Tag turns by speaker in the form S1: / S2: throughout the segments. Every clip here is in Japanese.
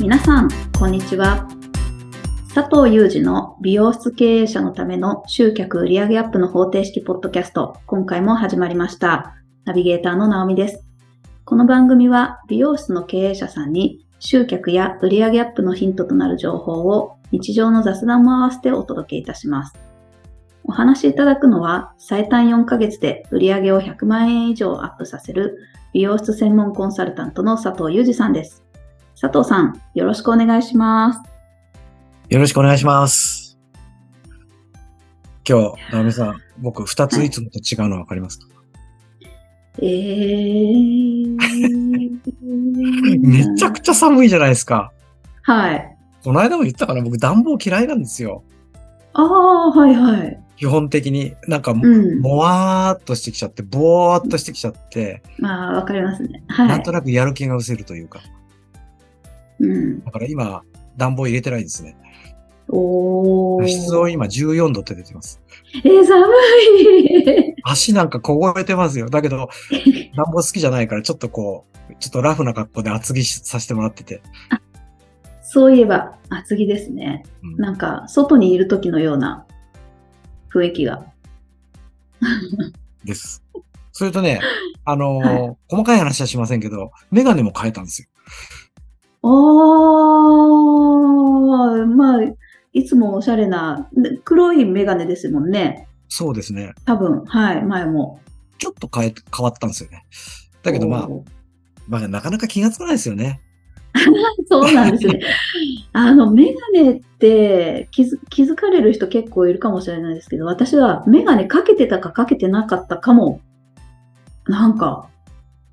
S1: 皆さん、こんにちは。佐藤祐二の美容室経営者のための集客売上アップの方程式ポッドキャスト、今回も始まりました。ナビゲーターのナオミです。この番組は美容室の経営者さんに集客や売上アップのヒントとなる情報を日常の雑談も合わせてお届けいたします。お話しいただくのは最短4ヶ月で売上を100万円以上アップさせる美容室専門コンサルタントの佐藤裕二さんです。佐藤さん、よろしくお願いします。
S2: よろしくお願いします。今日、なおみさん、僕2ついつもと違うの分かりますか、
S1: えー、
S2: めちゃくちゃ寒いじゃないですか。
S1: はい。
S2: この間も言ったかな、僕暖房嫌いなんですよ。
S1: ああ、はいはい。
S2: 基本的に、なんかも、うん、もわーっとしてきちゃって、ぼーっとしてきちゃって、
S1: まあ、わかりますね。はい。
S2: なんとなくやる気が失せるというか。
S1: うん。
S2: だから今、暖房入れてないですね。
S1: おー。
S2: 室温今14度って出てます。
S1: えー、寒い。
S2: 足なんか凍えてますよ。だけど、暖房好きじゃないから、ちょっとこう、ちょっとラフな格好で厚着させてもらってて。
S1: そういえば、厚着ですね。うん、なんか、外にいる時のような雰囲気が。
S2: です。それとね、あのーはい、細かい話はしませんけど、メガネも変えたんですよ。
S1: ああ、まあ、いつもおしゃれな、黒いメガネですもんね。
S2: そうですね。
S1: 多分、はい、前も。
S2: ちょっと変え、変わったんですよね。だけどまあ、まあ、なかなか気がつかないですよね。
S1: そうなんです ね。あの、メガネって気づ気づかれる人結構いるかもしれないですけど、私はメガネかけてたかかけてなかったかも、なんか、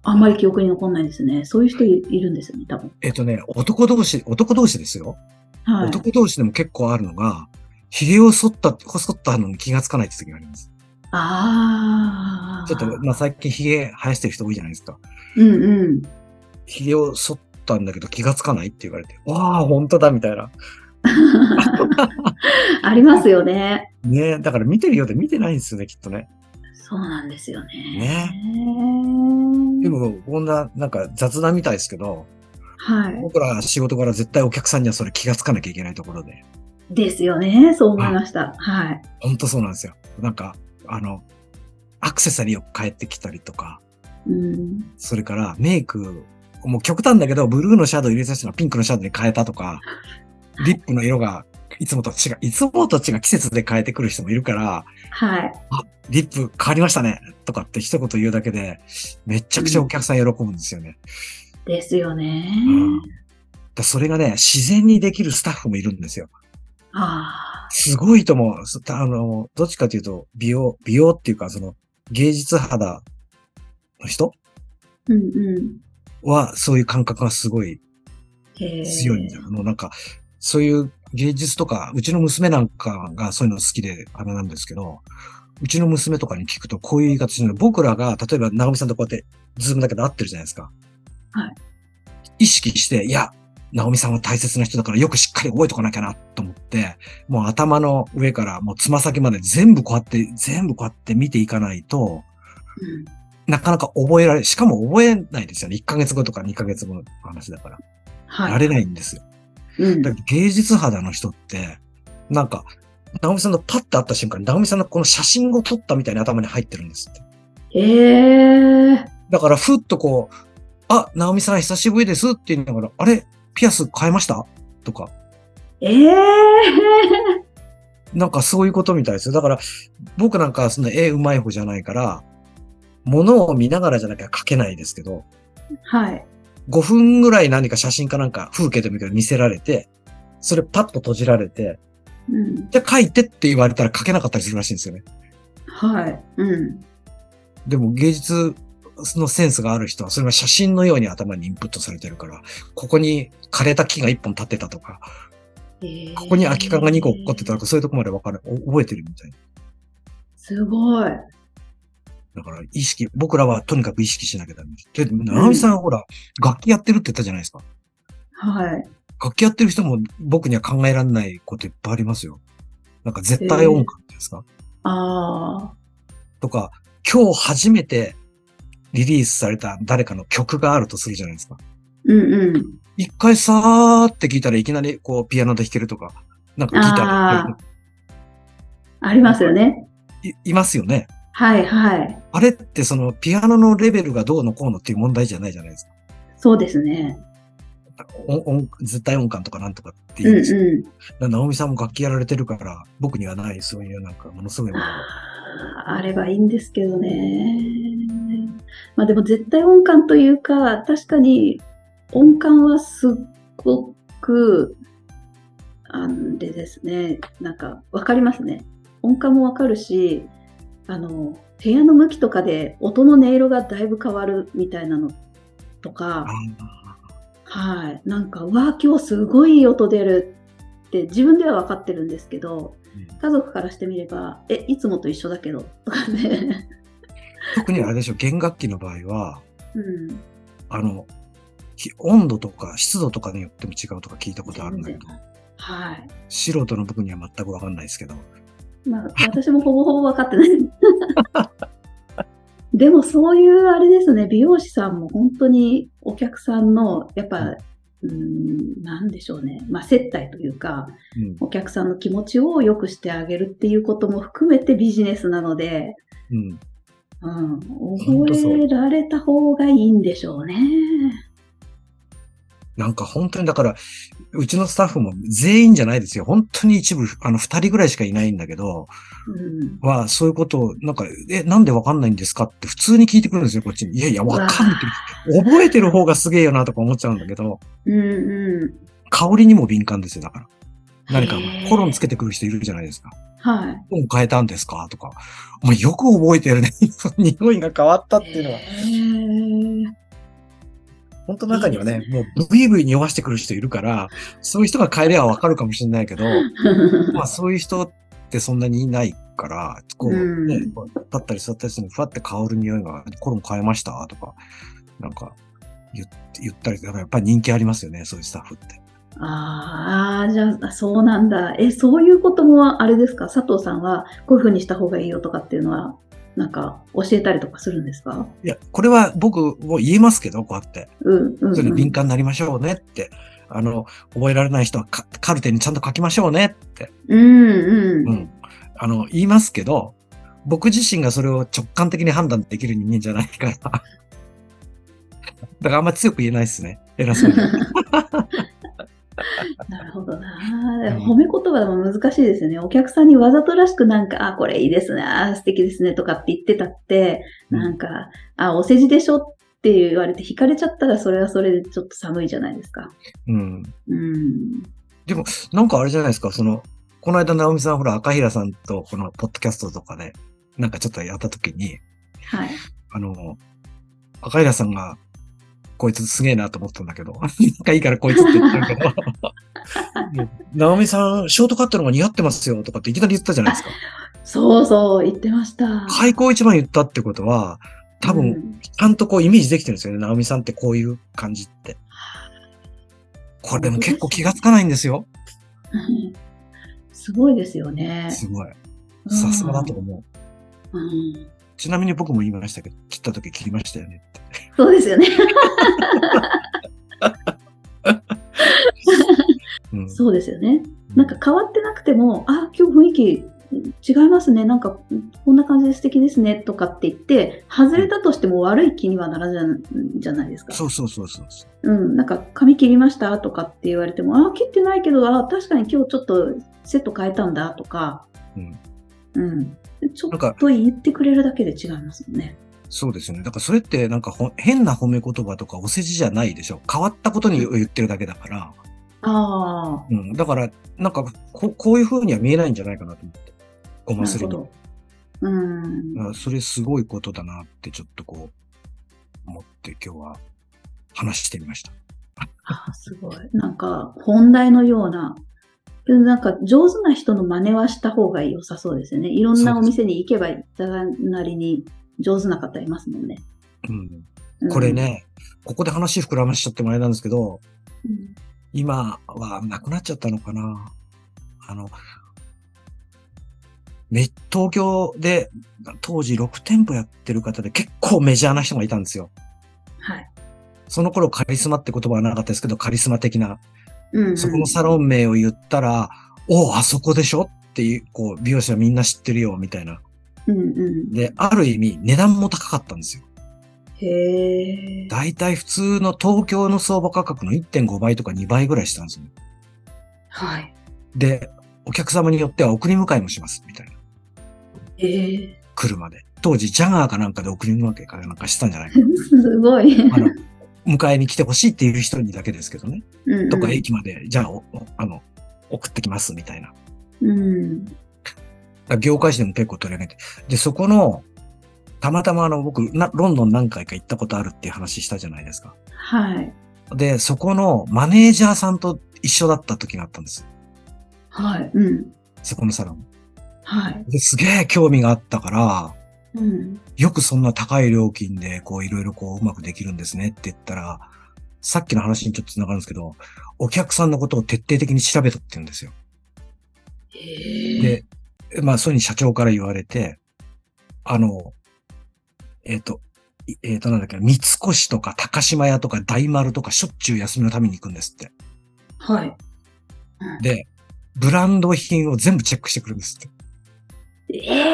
S1: あんまり記憶に残んないですね。そういう人いるんですよね、多分。
S2: えっとね、男同士、男同士ですよ。はい、男同士でも結構あるのが、髭を剃った、剃ったのに気がつかないって時があります。
S1: あ
S2: あ。ちょっと、まあ、最近髭生やしてる人多いじゃないですか。
S1: うんうん。
S2: 髭を剃ったんだけど気がつかないって言われて、わあ、本当だ、みたいな。
S1: ありますよね。
S2: ねだから見てるようで見てないんですよね、きっとね。
S1: そうなんですよね。
S2: ね。でも、こんな、なんか雑談みたいですけど、
S1: はい。
S2: 僕ら仕事から絶対お客さんにはそれ気がつかなきゃいけないところで。
S1: ですよね。そう思いました。はい。
S2: 本当そうなんですよ。なんか、あの、アクセサリーを変えてきたりとか、
S1: うん、
S2: それからメイクもう極端だけど、ブルーのシャドウ入れさせたらピンクのシャドウに変えたとか、リップの色がいつもと違う、いつもと違う季節で変えてくる人もいるから、
S1: はい。
S2: あ、リップ変わりましたねとかって一言言うだけで、めちゃくちゃお客さん喜ぶんですよね。
S1: うん、ですよね。
S2: うん、だそれがね、自然にできるスタッフもいるんですよ。
S1: あ
S2: すごいと思う。あの、どっちかというと、美容、美容っていうか、その、芸術肌の人
S1: うんうん。
S2: は、そういう感覚がすごい強いんだよ。あの、なんか、そういう芸術とか、うちの娘なんかがそういうの好きで、あれなんですけど、うちの娘とかに聞くと、こういう言い方するの。僕らが、例えば、直美さんとこうやって、ズームだけで会ってるじゃないですか。
S1: はい。
S2: 意識して、いや、直美さんは大切な人だからよくしっかり覚えとかなきゃなと思って、もう頭の上からもうつま先まで全部こうやって、全部こうやって見ていかないと、
S1: うん
S2: なかなか覚えられ、しかも覚えないですよね。1ヶ月後とか2ヶ月後の話だから。
S1: はい。
S2: やれないんですよ。
S1: うん、
S2: だから芸術肌の人って、なんか、直美さんのパッと会った瞬間に、直美さんのこの写真を撮ったみたいな頭に入ってるんですって。
S1: ええー。
S2: だから、ふっとこう、あ、直美さん久しぶりですって言いながら、あれピアス変えましたとか。
S1: ええ
S2: ー。なんかそういうことみたいですよ。だから、僕なんかその絵うまい方じゃないから、ものを見ながらじゃなきゃ書けないですけど、
S1: はい。
S2: 5分ぐらい何か写真かなんか風景でもいいけど見せられて、それパッと閉じられて、
S1: うん、
S2: じゃあ書いてって言われたら書けなかったりするらしいんですよね。
S1: はい。うん。
S2: でも芸術のセンスがある人は、それは写真のように頭にインプットされてるから、ここに枯れた木が1本立ってたとか、
S1: えー、
S2: ここに空き缶が2個落っこってたとか、そういうとこまでわかる、覚えてるみたいな。
S1: すごい。
S2: だから意識、僕らはとにかく意識しなきゃダメです。で、ななみさん、うん、ほら、楽器やってるって言ったじゃないですか。
S1: はい。
S2: 楽器やってる人も僕には考えられないこといっぱいありますよ。なんか絶対音感ですか、
S1: えー、ああ。
S2: とか、今日初めてリリースされた誰かの曲があるとするじゃないですか。
S1: うんうん。
S2: 一回さーって聞いたらいきなりこうピアノで弾けるとか、なんかギターで弾けるとか
S1: ありますよね。
S2: いいますよね。
S1: はいはい。
S2: あれってそのピアノのレベルがどうのこうのっていう問題じゃないじゃないですか。
S1: そうですね。
S2: 音音絶対音感とかなんとかって
S1: う
S2: い
S1: ん
S2: う、す
S1: う
S2: な直美さんも楽器やられてるから、僕にはないそういうなんかものすごい
S1: ん。
S2: ものが。
S1: あーあればいいんですけどね。まあでも絶対音感というか、確かに音感はすっごく、あんでですね、なんかわかりますね。音感もわかるし、あの、部屋の向きとかで音の音色がだいぶ変わるみたいなのとか、
S2: あ
S1: はい。なんか、うわあ、今日すごい音出るって自分では分かってるんですけど、
S2: ー
S1: 家族からしてみれば、え、いつもと一緒だけど、とかね。
S2: 特にあれでしょ、弦楽器の場合は、
S1: うん。
S2: あの、ひ温度とか湿度とかによっても違うとか聞いたことあるんだけど、
S1: はい。
S2: 素人の僕には全くわかんないですけど、
S1: まあ、私もほぼほぼ分かってない。 でも、そういうあれですね、美容師さんも本当にお客さんの、やっぱ、うん、なんでしょうね。まあ、接待というか、
S2: うん
S1: お客さんの気持ちを良くしてあげるっていうことも含めてビジネスなので、
S2: うん、
S1: うん、
S2: んとそう
S1: 覚えられた方がいいんでしょうね。
S2: なんか本当にだから、うちのスタッフも全員じゃないですよ。本当に一部、あの、二人ぐらいしかいないんだけど、
S1: うん、
S2: は、そういうことを、なんか、え、なんでわかんないんですかって普通に聞いてくるんですよ、こっちに。いやいや、わかんないって。覚えてる方がすげえよなとか思っちゃうんだけど、
S1: うん、うん。
S2: 香りにも敏感ですよ、だから。何か
S1: へー、
S2: コロンつけてくる人いるじゃないですか。
S1: はい。
S2: コロン変えたんですかとか。お前よく覚えてるね。 匂いが変わったっていうのは。
S1: へ
S2: 本当の中にはい
S1: い
S2: ね
S1: で、
S2: もうブイブイ匂わしてくる人いるから、そういう人が変えればわかるかもしれないけど、
S1: ー
S2: まあそういう人ってそんなにいないから、こ
S1: う
S2: う、
S1: ん
S2: ね、こう立ったり座ったりするのにふわって香る匂いが、コロン変えましたとか、なんか言って言ったり、だからやっぱり人気ありますよね、そういうスタッフって。
S1: ああ、じゃあ、そうなんだ。え、そういうこともあれですか佐藤さんはこういうふうにした方がいいよとかっていうのは、なんか教えたりとかするんですか
S2: いや、これは僕も言えますけど、こうやって。
S1: うん、うん、うん。
S2: それに敏感になりましょうねって。あの、覚えられない人はカカルテにちゃんと書きましょうねって。
S1: うん、うん。
S2: うん。あの、言いますけど、僕自身がそれを直感的に判断できる人間じゃないから。だからあんま強く言えないですね。偉そうに。
S1: なるほどな。でも褒め言葉でも難しいですよね。お客さんにわざとらしくなんか、あ、これいいですね、あ、素敵ですねとかって言ってたって、
S2: うん
S1: なんか、あ、お世辞でしょって言われて惹かれちゃったら、それはそれでちょっと寒いじゃないですか。
S2: うん。
S1: うん。
S2: なんかあれじゃないですか、その、この間、直美さん、ほら、赤平さんと、この、ポッドキャストとかで、なんかちょっとやったときに、
S1: はい。
S2: あの、赤平さんが、こいつすげえなと思ったんだけど、 なんかいいからこいつって言ってるけ ど、もう直美さん、ショートカットの方が似合ってますよ、とかっていきなり言ったじゃないですか。
S1: そうそう、言ってました。
S2: 開口一番言ったってことは、多
S1: う
S2: 分、
S1: ん
S2: ちゃんとこうイメージできてるんですよね。直美さんってこういう感じって。これでも結構気がつかないんですよ。
S1: うんすごいですよね。
S2: すごい。さすがだと思う。
S1: うん。うん
S2: ちなみに僕も言いましたけど、切った時切りましたよねって。
S1: そうですよね。
S2: うん。
S1: そうですよね。なんか変わってなくても、あ、今日雰囲気違いますね。なんかこんな感じで素敵ですね。とかって言って、外れたとしても悪い気にはならじゃんじゃないですか。
S2: そうそうそうそうそう。
S1: うん。なんか髪切りましたとかって言われても、あ、切ってないけど、あ、確かに今日ちょっとセット変えたんだとか、
S2: うん。
S1: うん。ちょ
S2: なん
S1: っ
S2: か
S1: と言ってくれるだけで違いますもんね。
S2: そうですよね。だからそれってなんかほ変な褒め言葉とかお世辞じゃないでしょ。変わったことに言ってるだけだから。
S1: あ
S2: うん。だから、なんかこ、こういう風には見えないんじゃないかなと思って。ご
S1: あ、
S2: ま
S1: な
S2: す
S1: る
S2: る
S1: ほ
S2: と
S1: ど。。うん。
S2: あそれすごいことだなってちょっとこう、思って今日は話してみました。
S1: あーすごい。なんか、本題のような。でもなんか、上手な人の真似はした方が良さそうですよね。いろんなお店に行けば行ったなりに上手な方いますもんね。
S2: うん。
S1: うん
S2: これ。ね、ここで話膨らましちゃってもあれなんですけど、
S1: うん
S2: 今はなくなっちゃったのかな。あの、め、東京で当時6店舗やってる方で結構メジャーな人がいたんですよ。
S1: はい。
S2: その頃カリスマって言葉はなかったですけど、カリスマ的な、
S1: うんうん
S2: そこのサロン名を言ったら、おうあそこでしょっていう、こう、美容師はみんな知ってるよ、みたいな。
S1: うんうん。
S2: で、ある意味、値段も高かったんですよ。
S1: へえ。
S2: だいたい普通の東京の相場価格の1.5倍とか2倍ぐらいしたんですよ。
S1: はい。
S2: で、お客様によっては送り迎えもします、みたいな。
S1: へえ。
S2: 車で。当時、ジャガーかなんかで送り迎えかなんかしたんじゃない かな。
S1: すごい。
S2: あの、迎えに来てほしいっていう人にだけですけどね。
S1: うんうん
S2: とか、駅まで、じゃあ、おおあの、送ってきます、みたいな。だか
S1: うん。
S2: ら業界誌でも結構取り上げて。で、そこの、たまたまあの、僕、な、ロンドン何回か行ったことあるっていう話したじゃないですか。
S1: はい。
S2: で、そこのマネージャーさんと一緒だった時があったんです。
S1: はい。うん。
S2: そこのサロン。
S1: はい。
S2: ですげえ興味があったから、
S1: うん。
S2: よくそんな高い料金で、こう、いろいろこう、うまくできるんですねって言ったら、さっきの話にちょっと繋がるんですけど、お客さんのことを徹底的に調べたって言うんですよ。
S1: へえ。
S2: で、まあ、そういうふうに社長から言われて、あの、えっ、と、いえっ、と、なんだっけ、三越とか高島屋とか大丸とかしょっちゅう休みのために行くんですって。
S1: はい。
S2: で、ブランド品を全部チェックしてくるんですって。
S1: ええ。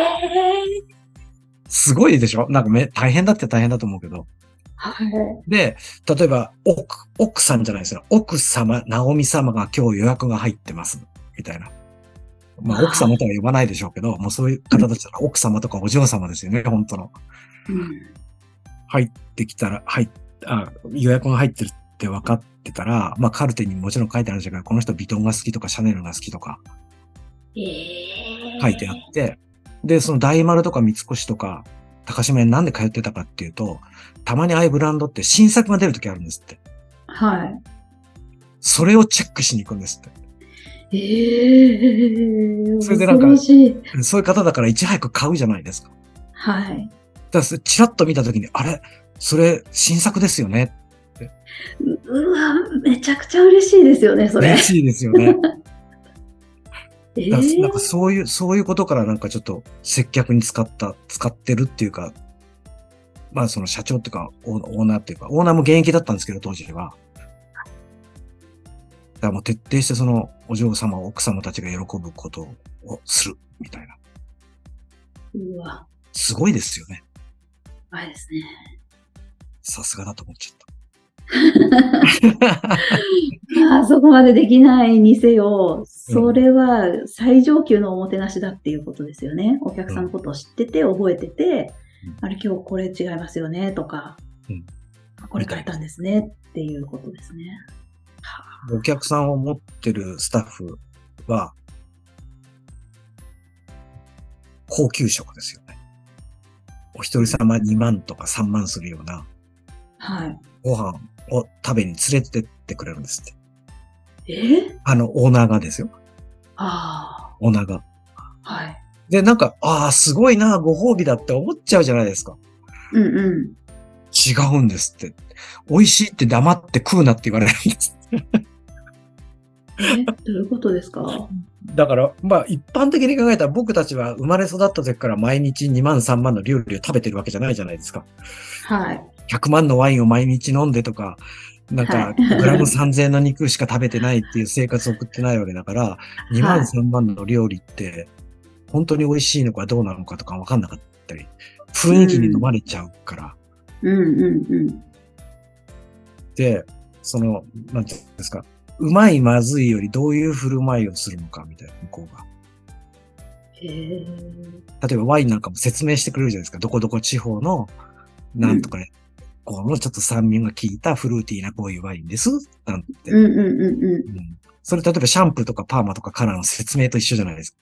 S2: すごいでしょなんかめ、大変だって大変だと思うけど。
S1: はい。
S2: で、例えば、奥、奥さんじゃないですよ。奥様、直美様が今日予約が入ってます。みたいな。まあ、奥様とは呼ばないでしょうけど、もうそういう方たちだから奥様とかお嬢様ですよね、本当の。
S1: うん。
S2: 入ってきたら、入っあ、予約が入ってるって分かってたら、まあ、カルテにもちろん書いてあるんですけど、この人ビトンが好きとかシャネルが好きとか
S1: ええ。
S2: 書いてあって、で、その大丸とか三越とか、高島屋になんで通ってたかっていうと、たまにああいうブランドって新作が出るときあるんですって。
S1: は
S2: それをチェックしに行くんですって。
S1: い。ええ。
S2: それでなん
S1: 恐
S2: か
S1: ろしい。
S2: そういう方だからいち早く買うじゃないですか。だ
S1: はい。
S2: からそれチラッと見たときに、あれそれ新作ですよね
S1: ううわ、めちゃくちゃ嬉しいですよね、それ
S2: 嬉。しいですよね。
S1: え
S2: だからなん
S1: ー
S2: かそういう、そういうことからなんかちょっと接客に使った、使ってるっていうか、まあその社長っていうか、オーオーナーっていうか、オーナーも現役だったんですけど、当時は。だからもう徹底してそのお嬢様、奥様たちが喜ぶことをする、みたいな。
S1: うわ、
S2: すごいですよね。
S1: あれですね。
S2: さすがだと思っちゃ った。
S1: あそこまでできない店を、それは最上級のおもてなしだっていうことですよね。お客さんのことを知ってて、覚えてて、あれ今日これ違いますよね、とか、
S2: うん
S1: あこれ変えたんですね、っていうことですね。
S2: お客さんを持ってるスタッフは、高級職ですよね。お一人様2万とか3万するような
S1: はい。
S2: ご飯を食べに連れてってくれるんですって。
S1: え
S2: あの、オーナーがですよ。
S1: あ
S2: オーナーが。
S1: あ、はい。
S2: で、なんか、ああ、すごいな、ご褒美だって思っちゃうじゃないですか。
S1: うんうん。
S2: 違うんですって。美味しいって黙って食うなって言われるんです。
S1: え、どういうことですか
S2: だから、まあ一般的に考えたら僕たちは生まれ育った時から毎日2万3万の料理を食べてるわけじゃないじゃないですか。
S1: はい。
S2: 100万のワインを毎日飲んでとか、なん
S1: は
S2: か
S1: い、
S2: グラム3000円の肉しか食べてないっていう生活を送ってないわけだから、2万3万の料理って、本当に美味しいのかどうなのかとかわかんなかったり、雰囲気に飲まれちゃうから、
S1: うんうんうん。
S2: で、その、なんていうんですか、うまいまずいよりどういう振る舞いをするのかみたいな、向こうが。
S1: へえ。
S2: 例えばワインなんかも説明してくれるじゃないですか。どこどこ地方の、なんとか、このちょっと酸味が効いたフルーティーなこういうワインです。なんて。
S1: うんうんうんうん。
S2: うんそれ例えばシャンプーとかパーマとかカラーの説明と一緒じゃないですか。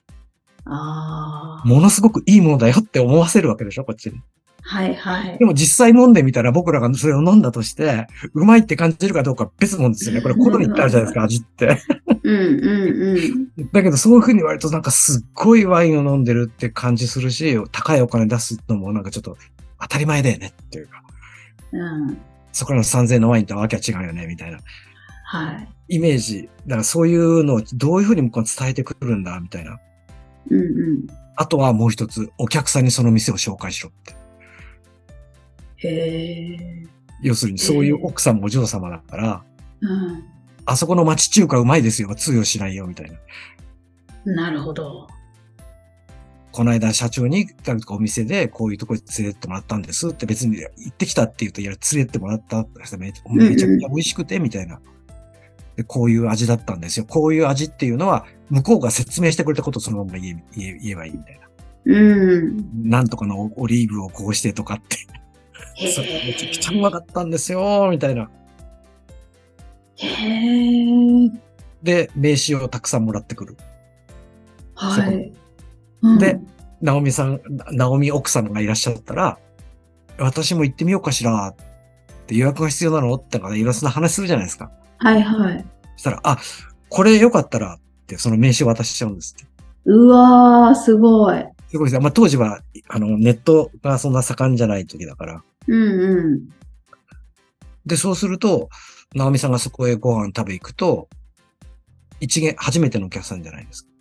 S1: ああ。
S2: ものすごくいいものだよって思わせるわけでしょ、こっちに。
S1: はいはい
S2: で。も実際飲んでみたら僕らがそれを飲んだとして、うまいって感じるかどうかは別物ですよね。これ好みってあるじゃないですか、味って。
S1: うんうんうん。
S2: だけどそういう風に言われるとなんかすっごいワインを飲んでるって感じするし、高いお金出すのもなんかちょっと当たり前だよねっていうか、
S1: うん。
S2: そこらの3000円のワインとはわけは違うよね、みたいな。
S1: はい。
S2: イメージ。だからそういうのをどういう風に向こうに伝えてくるんだ、みたいな。
S1: うんうん。
S2: あとはもう一つ、お客さんにその店を紹介しろって。
S1: へえ。
S2: 要するにそういう奥さんもお嬢様だから、
S1: うん。
S2: あそこの町中華うまいですよ、通用しないよ、みたいな。
S1: なるほど。
S2: この間社長に、なんかお店でこういうとこに連れてってもらったんですって別に行ってきたって言うと、いや、連れてってもらったってめちゃ
S1: んうん
S2: めちゃくちゃ美味しくて、みたいな。で、こういう味だったんですよ。こういう味っていうのは、向こうが説明してくれたことをそのまま言え言え言えばいいみたいな。
S1: うん。
S2: なんとかのオリーブをこうしてとかって。
S1: へ
S2: それめちゃくちゃう
S1: え。
S2: まかったんですよ、みたいな。
S1: へえ。
S2: で、名刺をたくさんもらってくる。
S1: はい。うん
S2: で、ナオミさん、なナオミ奥様がいらっしゃったら、私も行ってみようかしら、って予約が必要なのってなんかいろんな話するじゃないですか。
S1: はいはい。
S2: そしたら、あ、これよかったら、ってその名刺を渡しちゃうんですって。
S1: うわー、すごい。
S2: すごいですね。まあ当時は、あの、ネットがそんな盛んじゃない時だから。
S1: うんうん。
S2: で、そうすると、ナオミさんがそこへご飯食べ行くと、一元、初めてのお客さんじゃないですか。
S1: うんうん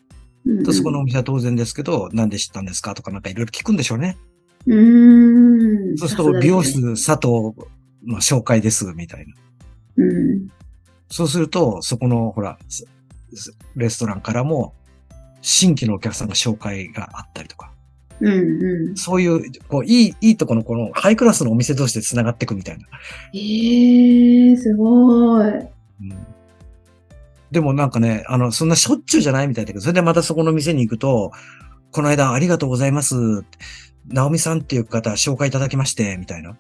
S2: でそこのお店は当然ですけど、なんで知ったんですかとかなんかいろいろ聞くんでしょうね。
S1: うーん。
S2: そうす
S1: さ
S2: る
S1: が
S2: と、
S1: ですね
S2: 美容室。佐藤の紹介です、みたいな。
S1: うん。
S2: そうすると、そこの、ほら、すすレストランからも、新規のお客さんの紹介があったりとか、
S1: うんうん。
S2: そういう、こう、いい、いいとこの、この、ハイクラスのお店同士で繋がっていくみたいな。
S1: ええー、すごい。
S2: うんでもなんかね、あの、そんなしょっちゅうじゃないみたいだけど、それでまたそこの店に行くと、この間ありがとうございます。ナオミさんっていう方紹介いただきまして、みたいな。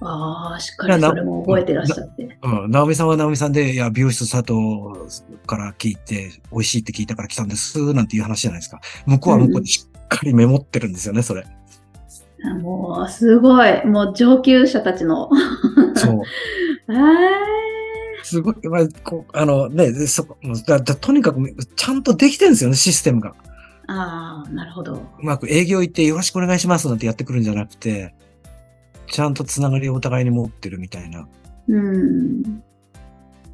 S1: ああ、しっかりそれも覚えてらっしゃって。
S2: うん、ナオミさんはナオミさんで、いや、美容室佐藤から聞いて、美味しいって聞いたから来たんです、なんていう話じゃないですか。向こうは向こうでしっかりメモってるんですよね、それ。
S1: あもう、すごい。もう上級者たちの。
S2: そう。
S1: ええ
S2: すごい、まあ、こう、あのね、でそこ、だだとにかく、ちゃんとできてるんですよね、システムが。
S1: ー。ああ、なるほど。
S2: うまく営業行ってよろしくお願いしますなんてやってくるんじゃなくて、ちゃんとつながりをお互いに持ってるみたいな。
S1: うん。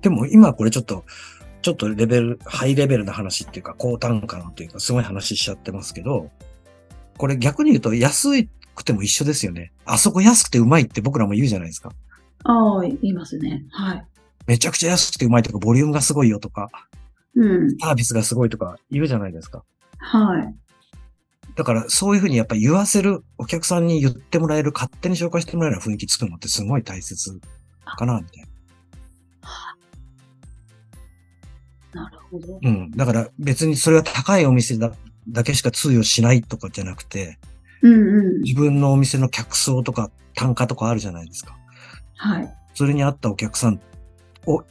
S2: でも今これちょっと、ちょっとレベル、ハイレベルな話っていうか、高単価のというか、すごい話しちゃってますけど、これ逆に言うと安くても一緒ですよね。あそこ安くてうまいって僕らも言うじゃないですか。
S1: ああ、言いますね。はい。
S2: めちゃくちゃ安くてうまいとか、ボリュームがすごいよとか、
S1: うん。
S2: サービスがすごいとか言うじゃないですか。
S1: はい。
S2: だからそういうふうにやっぱ言わせる、お客さんに言ってもらえる、勝手に紹介してもらえる雰囲気作るのってすごい大切かな、みたいな。
S1: なるほど。
S2: うん。だから別にそれは高いお店だだけしか通用しないとかじゃなくて、
S1: うんうん。
S2: 自分のお店の客層とか単価とかあるじゃないですか。
S1: はい。
S2: それに合ったお客さんを、う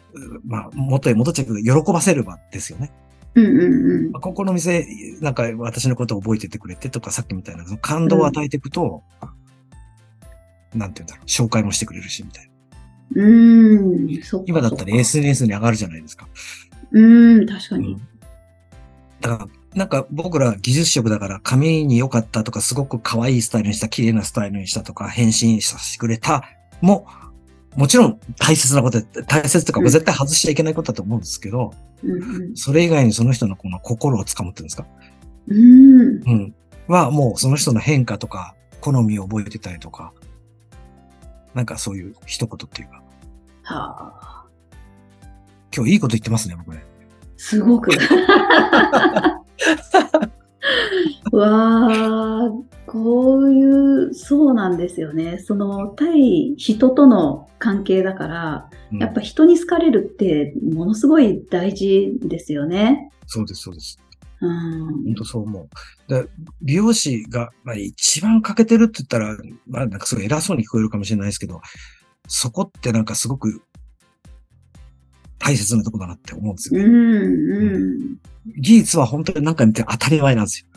S2: まあ、元へ戻っちゃうけど、喜ばせる場ですよね。
S1: うんうん
S2: まあここの店、なんか私のことを覚えててくれてとか、さっきみたいな、その感動を与えていくと、なんて言うんだろう、紹介もしてくれるし、みたいな。
S1: うん。うん。そっか
S2: 今だったら。SNS に上がるじゃないですか。
S1: そっかうん、確かに。
S2: だから、なんか僕ら技術職だから髪に良かったとか、すごく可愛いスタイルにした、綺麗なスタイルにしたとか、変身させてくれたも、もちろん大切なことで、大切とか
S1: うん
S2: 絶対外しちゃいけないことだと思うんですけど、
S1: うんうん。
S2: それ以外にその人のこの心を掴むっていうんですか
S1: うん。
S2: うん。はもうその人の変化とか、好みを覚えてたりとか、なんかそういう一言っていうか、
S1: はあ。
S2: 今日いいこと言ってますね、僕ね。
S1: すご く。わあ、こういう、そうなんですよね。その、対人との関係だから、
S2: うん
S1: やっぱ人に好かれるって、ものすごい大事ですよね。
S2: そうです、そうです。
S1: うん。
S2: 本当そう思う。で美容師が、まあ、一番欠けてるって言ったら、まあ、なんかすごい偉そうに聞こえるかもしれないですけど、そこってなんかすごく大切なとこだなって思うんです
S1: う
S2: よ。
S1: ん、
S2: 技術は本当に何回見て当たり前なんですよ。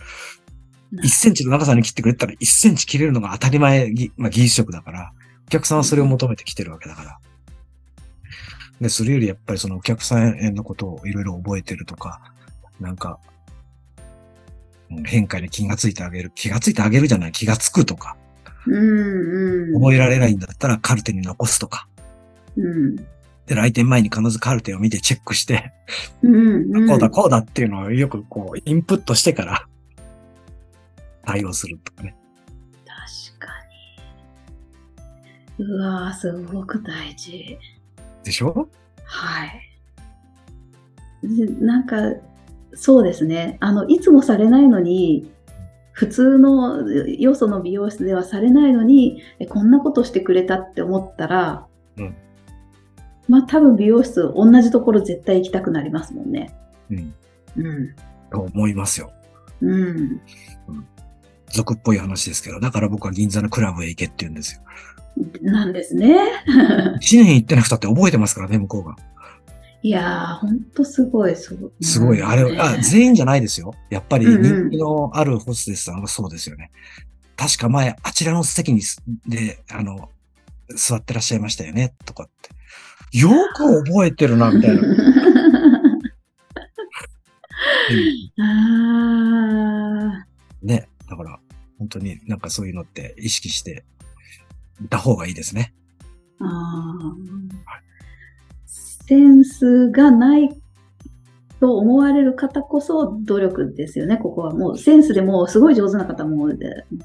S1: うん。
S2: 1センチの長さに切ってくれたら1センチ切れるのが当たり前、ぎまあ、技術職だから、お客さんはそれを求めてきてるわけだから。で、それよりやっぱりそのお客さんへのことをいろいろ覚えてるとか、なんか、うん変化に気がついてあげる。気がついてあげるじゃない気がつくとか、
S1: うん、うん。
S2: 覚えられないんだったらカルテに残すとか、
S1: うん。
S2: で、来店前に必ずカルテを見てチェックして、
S1: うん、うん。
S2: こうだこうだっていうのをよくこう、インプットしてから、対応するとかね。
S1: 確かうわー、すごく大事。
S2: でしょ
S1: はい。でなんか、そうですね。あの、いつもされないのに、普通のよその美容室ではされないのに、えこんなことしてくれたって思ったら、
S2: うん
S1: まあ多分美容室、同じところ絶対行きたくなりますもんね。
S2: うん。
S1: うん。
S2: と思いますよ。
S1: うん。
S2: 俗っぽい話ですけど、だから僕は銀座のクラブへ行けって言うんですよ。
S1: なんですね。
S2: 一年行ってなくたって覚えてますからね、向こうが。
S1: いやー、ほんとすごい、そう。
S2: すごい。あれ、あ、全員じゃないですよ。やっぱり
S1: うんうん
S2: 人気のあるホステスさんはそうですよね。確か前、あちらの席にす、で、あの、座ってらっしゃいましたよね、とかって。よく覚えてるな、みたい な。
S1: ああ、
S2: ね。だから、本当になんかそういうのって意識していた方がいいですね。
S1: ああ。センスがないと思われる方こそ努力ですよね、ここは。もうセンスでもうすごい上手な方も、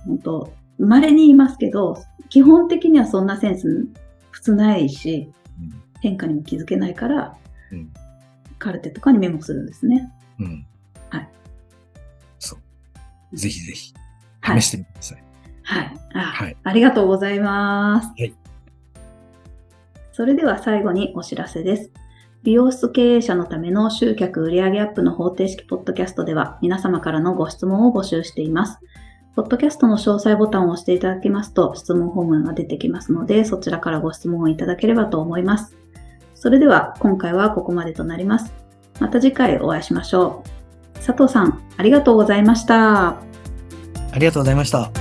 S1: 本当稀にいますけど、基本的にはそんなセンス普通ないし、変化にも気づけないから、
S2: うん
S1: カルテとかにメモするんですね。
S2: うん。うん。
S1: はい。
S2: そう。ぜひぜひ、
S1: はい
S2: 試。してみてください。
S1: はい。あ,、
S2: はい
S1: ありがとうございます。
S2: はい
S1: それでは最後にお知らせです。美容室経営者のための集客売上アップの方程式ポッドキャストでは皆様からのご質問を募集しています。ポッドキャストの詳細ボタンを押していただきますと質問フォームが出てきますのでそちらからご質問をいただければと思います。それでは今回はここまでとなります。また次回お会いしましょう。佐藤さん、ありがとうございました。
S2: ありがとうございました。